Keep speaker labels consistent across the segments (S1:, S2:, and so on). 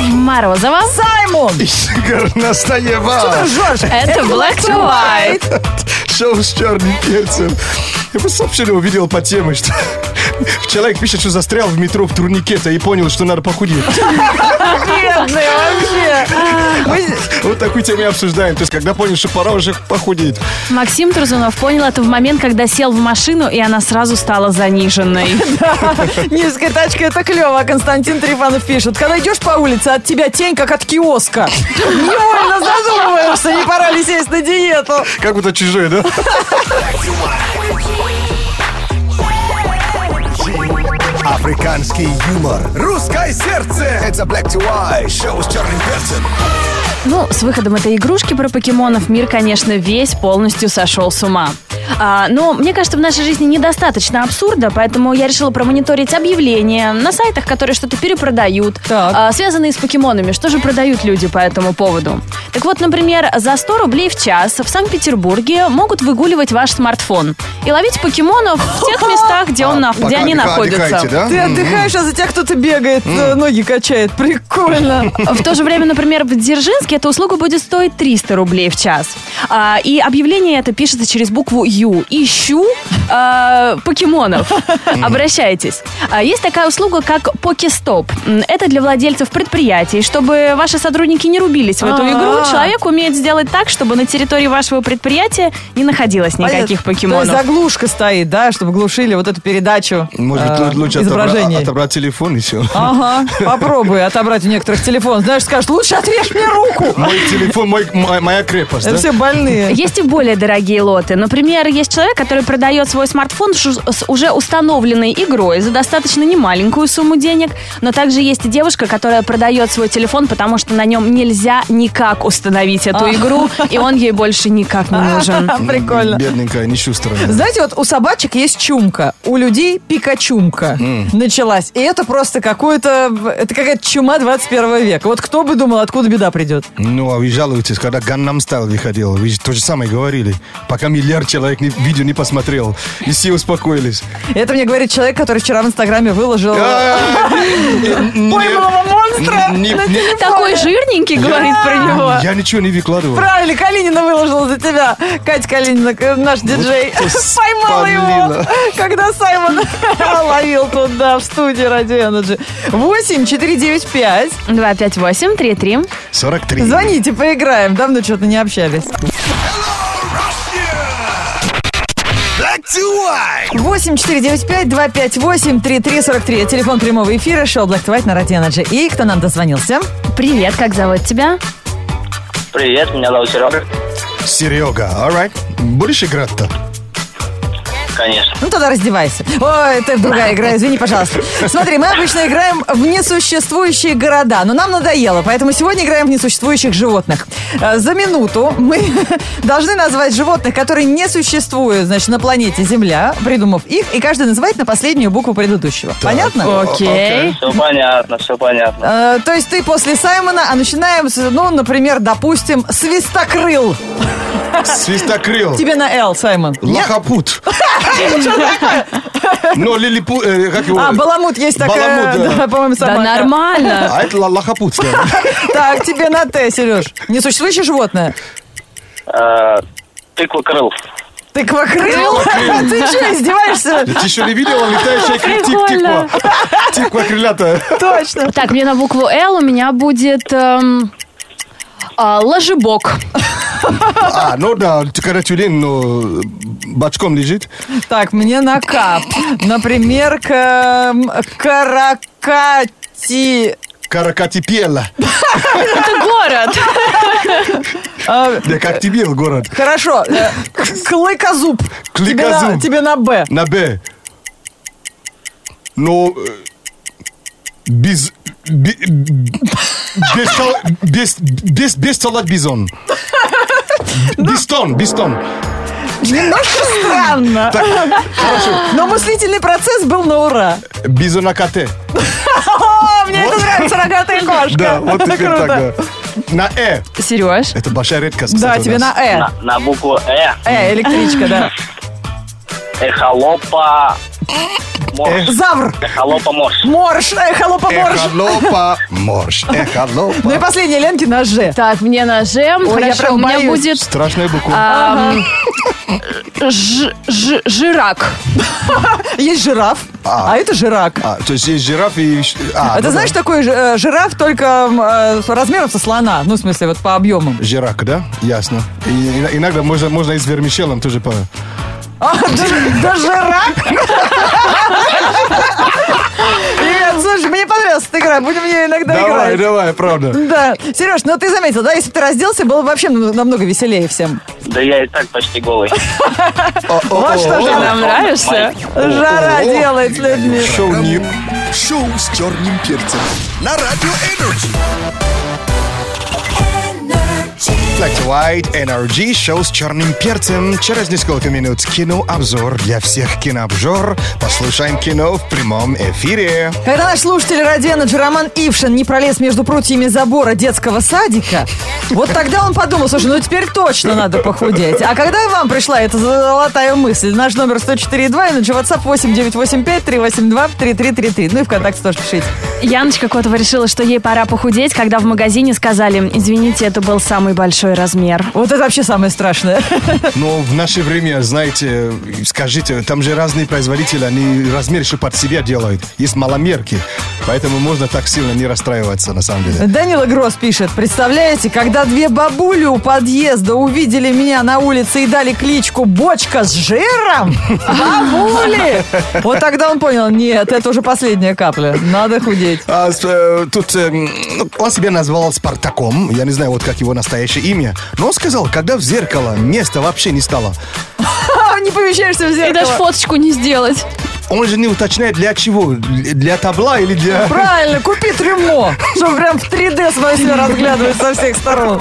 S1: Морозова.
S2: Саймон!
S3: Горностаева.
S2: Жорж!
S1: Это Black to White.
S3: Шоу с черным перцем. Я просто вообще не увидел по теме, что человек пишет, что застрял в метро в турникета и понял, что надо похудеть.
S2: Бедный вообще! Мы-
S3: Вот такую тему и обсуждаем. То есть, когда понял, что пора уже похудеть.
S1: Максим Трузунов понял это в момент, когда сел в машину, и она сразу стала заниженной.
S2: Низкая тачка, это клево. А Константин Трифанов пишет. Когда идешь по улице, от тебя тень, как от киоска. Невольно задумываешься, не пора ли сесть на диету.
S3: Как будто чужой, да?
S4: Африканский юмор. Русское сердце. Это Black to White. Шоу с черным перцем.
S1: Ну, с выходом этой игрушки про покемонов мир, конечно, весь полностью сошел с ума. А, но мне кажется, в нашей жизни недостаточно абсурда, поэтому я решила промониторить объявления на сайтах, которые что-то перепродают,
S2: Так.
S1: а, связанные с покемонами. Что же продают люди по этому поводу? Так вот, например, за 100 рублей в час в Санкт-Петербурге могут выгуливать ваш смартфон и ловить покемонов в тех местах, где, он, на- где
S3: А, Пока
S1: они
S3: отдыха-
S1: находятся.
S3: отдыхайте, да?
S2: Ты отдыхаешь, а за тебя кто-то бегает, э, ноги качает. Прикольно.
S1: В то же время, например, в Дзержинске эта услуга будет стоить 300 рублей в час. А, и объявление это пишется через букву Ю. Ищу э, покемонов. Обращайтесь. А есть такая услуга, как Покестоп. М, Это для владельцев предприятий. Чтобы ваши сотрудники не рубились в эту
S2: А-а.
S1: игру, человек умеет сделать так, чтобы на территории вашего предприятия не находилось никаких
S2: Понятно. То есть
S1: покемонов.
S2: заглушка стоит, да, чтобы глушили вот эту передачу
S3: Может
S2: э,
S3: быть, лучше отобра-
S2: изображений.
S3: отобрать телефон и все.
S2: Ага, попробуй отобрать у некоторых телефон. Знаешь, скажешь, лучше отрежь мне руку.
S3: Мой телефон, мой- моя моя крепость,
S2: Это
S3: да?
S2: все больные.
S1: Э, Есть и более дорогие лоты. Например, есть человек, который продает свой смартфон шу- с уже установленной игрой за достаточно немаленькую сумму денег. Но также есть и девушка, которая продает свой телефон, потому что на нем нельзя никак установить эту игру, и он ей больше никак не нужен.
S2: Прикольно.
S3: Бедненькая, нечувственная.
S2: Знаете, вот у собачек есть чумка, у людей пикачумка началась. И это просто какое-то, это какая-то чума 21 века. Вот кто бы думал, откуда беда придет?
S3: Ну, а вы жалуетесь, когда Ганнам Стайл выходил. Вы же то же самое говорили. Пока миллиард человек не- видео не посмотрел. И все успокоились.
S2: Это мне говорит человек, который вчера в Инстаграме выложил...
S3: Поймала
S2: Поймала монстра!
S3: А, не-
S2: на
S3: не-
S2: телефоне.
S1: Такой жирненький, говорит про него.
S3: Я ничего не выкладывал.
S2: Правильно, Калинина выложила за тебя. Катя Калинина, э, наш диджей, поймала его,
S3: спалила.
S2: когда Саймон ловил туда, в студии Радио Energy. 8 495.
S1: 258 33
S3: 43.
S2: Звоните, поиграем. Давно что-то не общались.
S4: Black to White.
S2: 8 495 258 3343. Телефон прямого эфира. Шоу Black to White на Радио Energy. И кто нам дозвонился?
S1: Привет, как зовут тебя?
S5: Привет, меня зовут Серега.
S3: Серега, alright. Будешь играть-то?
S5: Конечно.
S2: Ну, тогда раздевайся. О, это другая игра, извини, пожалуйста. Смотри, мы обычно играем в несуществующие города, но нам надоело, поэтому сегодня играем в несуществующих животных. Э, За минуту мы должны назвать животных, которые не существуют, значит, на планете Земля, придумав их, и каждый называет на последнюю букву предыдущего. Понятно?
S1: Окей.
S5: Все понятно, все понятно.
S2: Э, то есть ты после Саймона, а начинаем, с, ну, например, допустим, свистокрыл.
S3: Свистокрыл.
S2: Тебе на «Л», Саймон.
S3: Лохопут. Ну, лилипу... э, Как его?
S2: А, баламут есть такая,
S3: Баламут, да.
S2: да, по-моему,
S1: Да
S2: собака.
S1: нормально.
S3: А это л- лохопут, да.
S2: Так, тебе на «Т», Сереж. Несуществующее животное.
S5: Э, Тыква крыл.
S2: Тыква крыл? Ты что, издеваешься?
S3: Ты еще не видела летающая критик
S1: Прикольно.
S3: тиква? Тиква крылатая.
S2: Точно.
S1: Так, мне на букву Л у меня будет эм, а, ложебок.
S3: А, ну да, ты когда тюлень, ну, бочком лежит.
S2: Так, мне на К. Например, к эм, каракати...
S3: Каракатипела.
S1: Это город.
S2: э,
S3: Да как тебе город?
S2: Хорошо. э, к- Клыкозуб. Тебе на-
S3: Клыкозуб.
S2: Тебе на Б.
S3: На Б. Ну, э, без... бе- Без, тол- без, без, без салат бизон.
S2: Ну.
S3: Бистон, бистон.
S2: Немножко странно. Но мыслительный процесс был на ура.
S3: Бизонакате.
S2: О, мне это нравится, рогатая кошка. Ну,
S3: Да, вот теперь
S2: Круто.
S3: так, да. На Э.
S1: Сереж,
S3: Это большая редкость.
S2: Да,
S3: кстати, у
S2: тебе на
S3: нас.
S2: Э.
S5: На, на букву Э.
S2: Э, электричка, да.
S5: Эхолопа Морж.
S2: Завр.
S5: Эхолопа морж.
S2: Морж. Э, холопа морж.
S4: Эхолопа, морж. Эхолопа.
S2: Ну и последняя Ленки на Ж.
S1: Так, мне на Ж.
S2: я
S1: Хорошо,
S2: прям
S1: у меня
S2: боюсь.
S1: будет
S3: Страшная буква.
S2: А,
S1: ам, ж- ж- жирак.
S2: Есть жираф, а, это жирак.
S3: А, то есть есть жираф и... щ- А,
S2: А ты
S3: ну
S2: знаешь,
S3: да.
S2: такой же, э, жираф только м, э, размером со слона. Ну, в смысле, вот по объему.
S3: Жирак, да? Ясно. И, и- иногда можно, можно и с вермишелом тоже по...
S2: А, да, да жирак! Привет, слушай, мне понравилась эта игра. Будем в нее иногда
S3: Давай,
S2: играть.
S3: давай, правда.
S2: Да. Сереж, ну ты заметил, да, если бы ты разделся, было бы вообще ну, намного веселее всем.
S5: Да я и так почти голый.
S2: Вот что
S1: Ты
S2: жара,
S1: нам нравишься?
S2: жара
S3: О, о, о.
S2: делает с людьми.
S3: Шоу Нир.
S4: Шоу с черным перцем на радио Energy.
S3: Black to White Energy, шоу с черным перцем. Через несколько минут кинообзор для всех кинообзор. Послушаем кино в прямом эфире.
S2: Когда наш слушатель ради Energy Роман Ившин не пролез между прутьями забора детского садика, вот тогда он подумал, слушай, ну теперь точно надо похудеть. А когда вам пришла эта золотая мысль? Наш номер 104.2, Energy WhatsApp 8985-382-3333. Ну и ВКонтакте тоже пишите.
S1: Яночка Котова решила, что ей пора похудеть, когда в магазине сказали, извините, это был самый большой размер.
S2: Вот это вообще самое страшное.
S3: Но в наше время, знаете, скажите, там же разные производители, они размер еще под себя делают. Есть маломерки. Поэтому можно так сильно не расстраиваться, на самом деле.
S2: Данила Гросс пишет, представляете, когда две бабули у подъезда увидели меня на улице и дали кличку «Бочка с жиром», бабули, вот тогда он понял, нет, это уже последняя капля, надо худеть.
S3: А, с- э, тут э, м, ну, он себя назвал Спартаком, я не знаю, вот как его настоящее имя, но он сказал, когда в зеркало места вообще не стало.
S2: А, не помещаешься в
S1: И даже
S2: зеркало.
S1: фоточку не сделать.
S3: Он же не уточняет, для чего, для табла или для...
S2: Правильно, купи трюмо, чтобы прям в 3D свою себя разглядывать со всех сторон.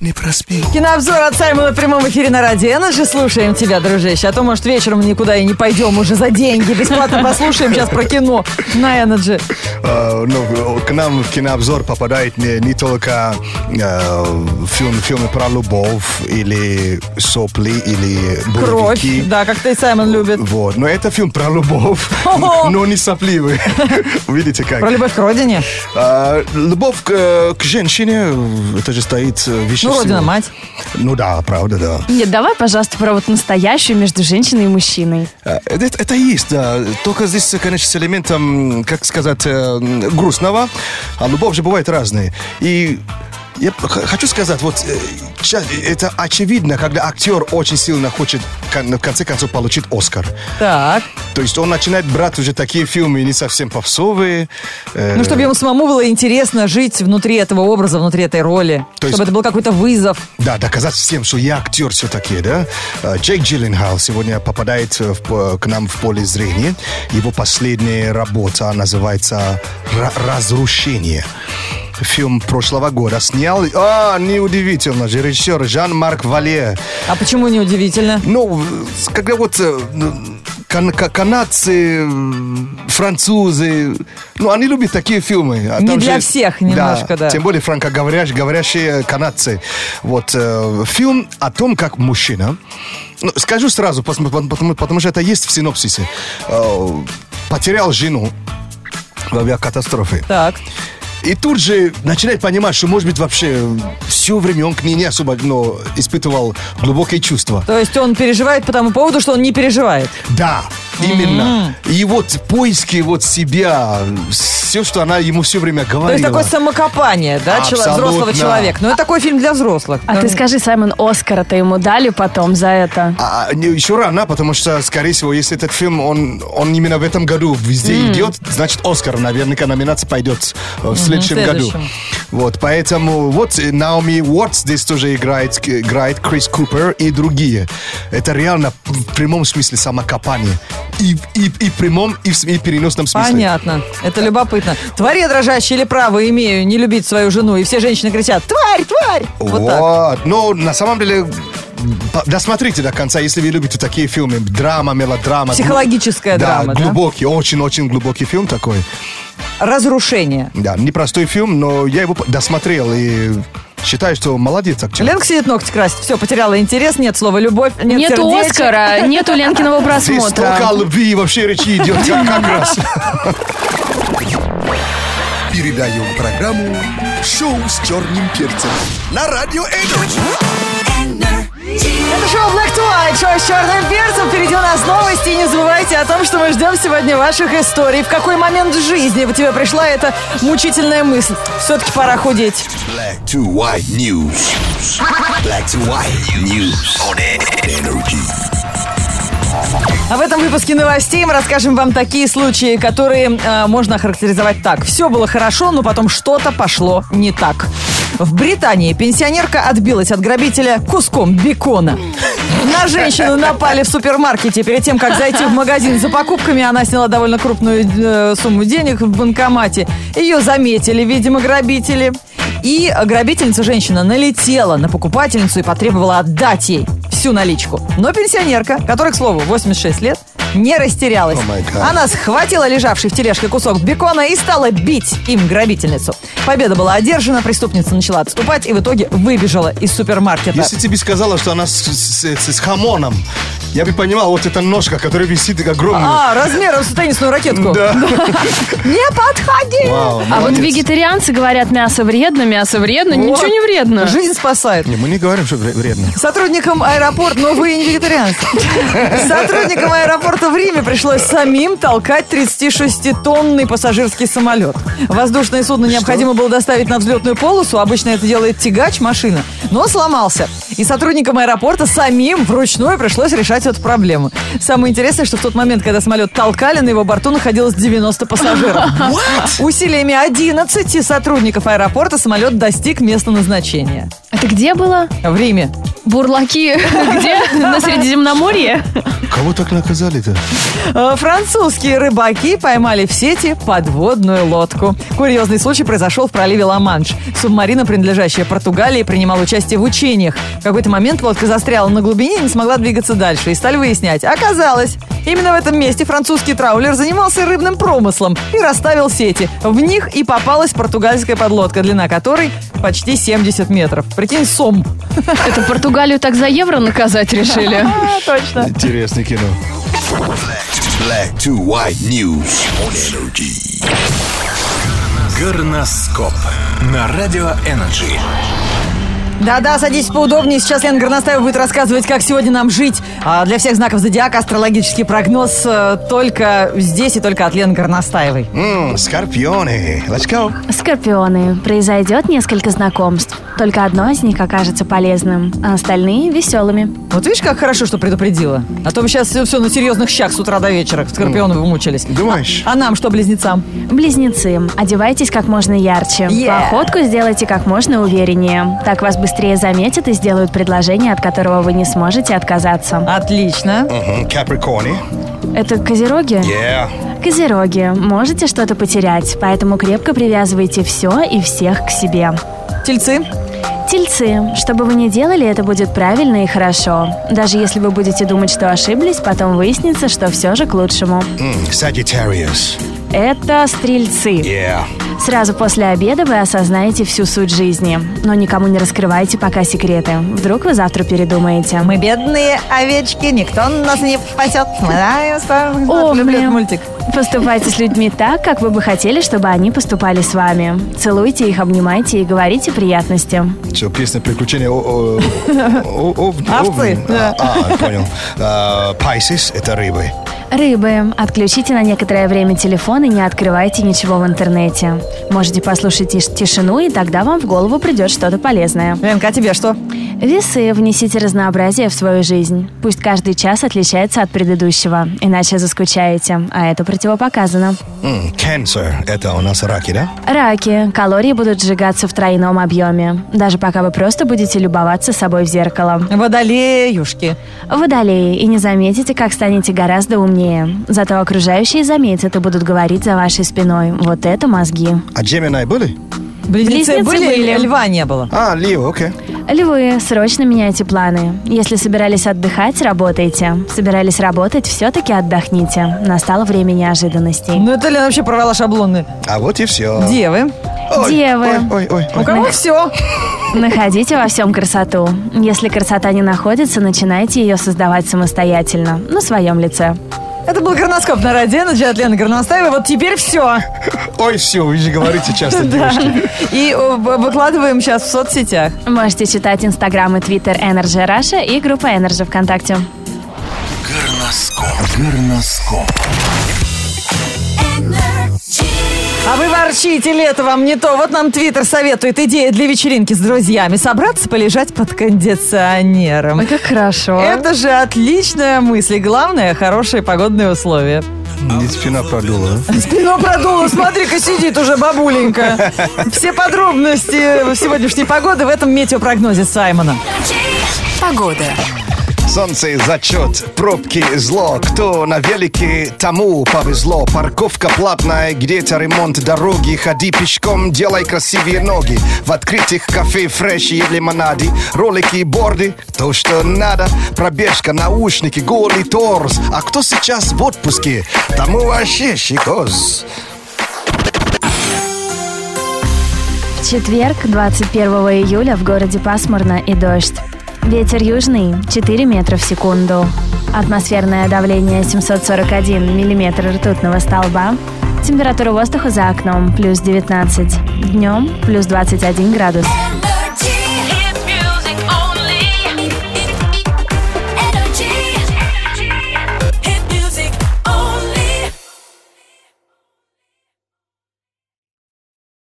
S4: Не проспи.
S2: Кинообзор от Саймона в прямом эфире на Радио Энерджи. Слушаем тебя, дружище. А то, может, вечером никуда и не пойдем уже за деньги. Бесплатно послушаем сейчас про кино на Энерджи.
S3: Э, ну, к нам в кинообзор попадает не, не только э, фильм, фильмы про любовь или сопли или
S2: Кровь,
S3: буровики.
S2: да, как ты Саймон любит.
S3: Вот, но это фильм про любовь,
S2: О!
S3: но не сопливый. Видите как?
S2: Про любовь к родине.
S3: А, любовь к, э, к женщине, э, это же стоит э, выше
S2: Ну,
S3: всего.
S2: родина, мать.
S3: Ну да, правда, да.
S1: Нет, давай, пожалуйста, про вот настоящую между женщиной и мужчиной.
S3: Э, Это, это есть, да. Только здесь, э, конечно, с элементом, м, как сказать, э, м, грустного. А любовь же бывает разные. И я х- хочу сказать, вот э, щас- это очевидно, когда актер очень сильно хочет, кон- в конце концов, получить Оскар.
S2: Так.
S3: То есть он начинает брать уже такие фильмы не совсем попсовые. э,
S2: Ну, чтобы ему самому было интересно жить внутри этого образа, внутри этой роли.
S3: То есть-
S2: Чтобы это был какой-то вызов.
S3: Да, доказать всем, что я актер все-таки, да. Э, Джейк Джилленхал сегодня попадает э, в п- к нам в поле зрения. Его последняя работа называется «Ра- «Разрушение». Фильм прошлого года снял. А, неудивительно же, режиссер Жан-Марк Вале.
S2: А почему неудивительно?
S3: Ну, э, когда вот э, ну, кан- ка- канадцы, м, французы, ну, они любят такие фильмы. А
S2: Не
S3: там
S2: для всех немножко, да.
S3: Тем более франкоговорящие говорящие канадцы. Вот э, фильм о том, как мужчина, ну, скажу сразу, пос- пот- потому, потому что это есть в синопсисе, Э, потерял жену в авиакатастрофе.
S2: Так.
S3: И тут же начинает понимать, что, может быть, вообще все время он к ней не особо ну, испытывал глубокие чувства.
S2: То есть он переживает по тому поводу, что он не переживает.
S3: Да, именно. И вот поиски вот себя, все, что она ему все время
S2: То есть
S3: говорила.
S2: такое самокопание, да, чело-
S3: Абсолютно.
S2: взрослого человека. Но это такой фильм для взрослых. Ну,
S1: А ты скажи, Саймон, Оскара-то ему дали потом за это?
S3: А, не, еще рано, потому что, скорее всего, если этот фильм, он, он именно в этом году везде идет, значит, Оскар наверняка номинация пойдет э, в следующем, году.
S2: следующем.
S3: Вот, поэтому вот э, Наоми Уотс здесь тоже играет, к- играет Крис Купер и другие. Это реально в прямом смысле самокопание. И, и, и в прямом, и в с- и в переносном смысле.
S2: Понятно. Это любопытно. Твари я дрожащий или право имею не любить свою жену. И все женщины кричат, тварь, тварь. Вот так.
S3: Но Ну, на самом деле, по- досмотрите до конца, если вы любите такие фильмы. Драма, мелодрама. глу-
S2: Психологическая драма, да?
S3: глубокий, очень-очень глубокий фильм такой.
S2: Разрушение.
S3: Да, непростой фильм, но я его п- досмотрел и Считаю, что молодец актер.
S2: Ленка сидит ногти красит. Все, потеряла интерес. Нет слова любовь, нет
S1: Нету
S2: сердечек.
S1: Оскара, нету Ленкиного
S3: Здесь столько
S1: просмотра.
S3: о любви вообще речи идет, как, как раз.
S4: Передаем программу «Шоу с черным перцем» на радио Energy.
S2: Это шоу Black to White, шоу с черным перцем. Впереди у нас новости. И не забывайте о том, что мы ждем сегодня ваших историй. В какой момент в жизни у тебя пришла эта мучительная мысль? Все-таки пора худеть.
S4: Black to white news. Black to white news on Energy.
S2: А в этом выпуске новостей мы расскажем вам такие случаи, которые э, можно охарактеризовать так. Все было хорошо, но потом что-то пошло не так. В Британии пенсионерка отбилась от грабителя куском бекона. На женщину напали в супермаркете. Перед тем, как зайти в магазин за покупками, она сняла довольно крупную э, сумму денег в банкомате. Ее заметили, видимо, грабители. И грабительница женщина налетела на покупательницу и потребовала отдать ей всю наличку. Но пенсионерка, которой, к слову, 86 лет, не растерялась.
S3: О май гад.
S2: Она схватила лежавший в тележке кусок бекона и стала бить им грабительницу. Победа была одержана, преступница начала отступать и в итоге выбежала из супермаркета.
S3: Если тебе сказала, что она с, с- с- с хамоном, я бы понимал, вот эта ножка, которая висит огромная.
S2: А, размером с теннисную ракетку.
S3: Да.
S2: Не подходи!
S1: А
S3: Вау,
S1: вот
S3: молодец.
S1: вегетарианцы говорят, мясо вредно, мясо вредно, ничего не вредно.
S2: Жизнь спасает.
S3: Не, мы не говорим, что вре- вредно.
S2: Сотрудникам аэропорта, но вы и не вегетарианцы. Сотрудникам аэропорта в Риме пришлось самим толкать 36-тонный пассажирский самолет. Воздушное судно необходимо было доставить на взлетную полосу. Обычно это делает тягач, машина. Но сломался. И сотрудникам аэропорта самим вручную пришлось решать эту проблему. Самое интересное, что в тот момент, когда самолет толкали, на его борту находилось 90 пассажиров. Усилиями 11 сотрудников аэропорта самолет достиг места назначения.
S1: Это А где было?
S2: В Риме.
S1: Бурлаки где? На Средиземноморье?
S3: Кого так наказали-то?
S2: Э, Французские рыбаки поймали в сети подводную лодку. Курьезный случай произошел в проливе Ла-Манш. Субмарина, принадлежащая Португалии, принимала участие в учениях. В какой-то момент лодка застряла на глубине и не смогла двигаться дальше. И стали выяснять. Оказалось, именно в этом месте французский траулер занимался рыбным промыслом и расставил сети. В них и попалась португальская подлодка, длина которой почти 70 метров. Прикинь, сом.
S1: Это Португалию так за евро наказать решили.
S2: А, точно.
S3: Интересное кино.
S4: Black to white news on Energy.
S6: Горноскоп на радио Energy.
S2: Да-да, садитесь поудобнее. Сейчас Лена Горностаева будет рассказывать, как сегодня нам жить. А для всех знаков зодиака астрологический прогноз э, только здесь и только от Лены Горностаевой.
S3: М,
S4: Hmm,
S3: Скорпионы. Let's go.
S7: Скорпионы. Произойдет несколько знакомств. Только одно из них окажется полезным, а остальные – веселыми.
S2: Вот видишь, как хорошо, что предупредила. А то вы сейчас все, на серьезных щах с утра до вечера. Скорпионы вы мучились.
S3: Думаешь?
S2: А нам что, близнецам?
S7: Близнецы. Одевайтесь как можно ярче.
S2: Yeah.
S7: Походку сделайте как можно увереннее. Так вас быстрее заметят и сделают предложение, от которого вы не сможете отказаться.
S2: Отлично.
S3: Мгм, Каприконы.
S7: Это козероги?
S3: Mm-hmm. Yeah.
S7: Козероги. Можете что-то потерять, поэтому крепко привязывайте все и всех к себе.
S2: Тельцы.
S7: Тельцы, что бы вы ни делали, это будет правильно и хорошо. Даже если вы будете думать, что ошиблись, потом выяснится, что все же к лучшему.
S3: М, Mm. Sagittarius.
S7: Это стрельцы.
S3: Yeah.
S7: Сразу после обеда вы осознаете всю суть жизни. Но никому не раскрывайте пока секреты. Вдруг вы завтра передумаете.
S2: Мы бедные овечки, никто нас не спасет.
S7: О,
S2: Люблю
S7: мне.
S2: этот мультик.
S7: Поступайте с людьми так, как вы бы хотели, чтобы они поступали с вами. Целуйте их, обнимайте и говорите приятности.
S3: Что, песня «Приключения о- о- о- ов-
S2: Овцы,
S3: овни».
S2: да.
S3: А, а, понял. А, Pisces – это рыбы.
S7: Рыбы. Отключите на некоторое время телефон и не открывайте ничего в интернете. Можете послушать тиш- тишину, и тогда вам в голову придет что-то полезное.
S2: Ленка, а тебе что?
S7: Весы. Внесите разнообразие в свою жизнь. Пусть каждый час отличается от предыдущего, иначе заскучаете, а это противопоказано.
S3: М, Cancer – это у нас раки, да?
S7: Раки. Калории будут сжигаться в тройном объеме, даже пока вы просто будете любоваться собой в зеркало.
S2: Водолеюшки.
S7: Водолеи, и не заметите, как станете гораздо умнее. Зато окружающие заметят и будут говорить за вашей спиной. Вот это мозги.
S3: А Gemini были?
S2: Близнецы,
S7: Близнецы
S2: были,
S7: были.
S2: льва не было.
S4: Ah,
S3: А, Лио, окей.
S7: Львы, срочно меняйте планы. Если собирались отдыхать, работайте. Собирались работать, все-таки отдохните. Настало время неожиданностей.
S2: Ну это Лена вообще
S4: Ah,
S2: порвала шаблоны.
S3: А вот и все.
S2: Девы.
S7: Девы.
S3: Ой, ой, ой.
S2: У кого все?
S7: Находите во всем красоту. Если красота не находится, начинайте ее создавать самостоятельно, на своем лице.
S2: Это был Горноскоп на Радио Энерджи от Лены Горностаевой. Вот теперь все.
S4: Ой, все, вы же говорите часто, девушки.
S2: И э, в- выкладываем сейчас в соцсетях.
S7: Можете читать Инстаграм и Твиттер Energy Раша и группа Energy ВКонтакте.
S8: Горноскоп. Горноскоп.
S2: А вы ворчите, лето вам не то. Вот нам Твиттер советует идея для вечеринки с друзьями. Собраться, полежать под кондиционером.
S9: Ой, как хорошо.
S2: Это же отличная мысль. И Главное, хорошие погодные условия.
S4: Мне спина продула. а?
S2: Спину продуло, смотри-ка, сидит уже бабуленька. Все подробности сегодняшней погоды в этом метеопрогнозе Саймона.
S4: Солнце зачет, пробки зло. Кто на велике, тому повезло. Парковка платная, где-то ремонт дороги. Ходи пешком, делай красивые ноги. В открытых кафе фреши и лимонаде. Ролики и борды, то, что надо. Пробежка, наушники, голый торс. А кто сейчас в отпуске, тому вообще щекос.
S7: В четверг, 21 июля, в городе пасмурно и дождь. Ветер южный 4 метра в секунду. Атмосферное давление 741 миллиметр ртутного столба. Температура воздуха за окном плюс 19. Днем плюс 21 градус.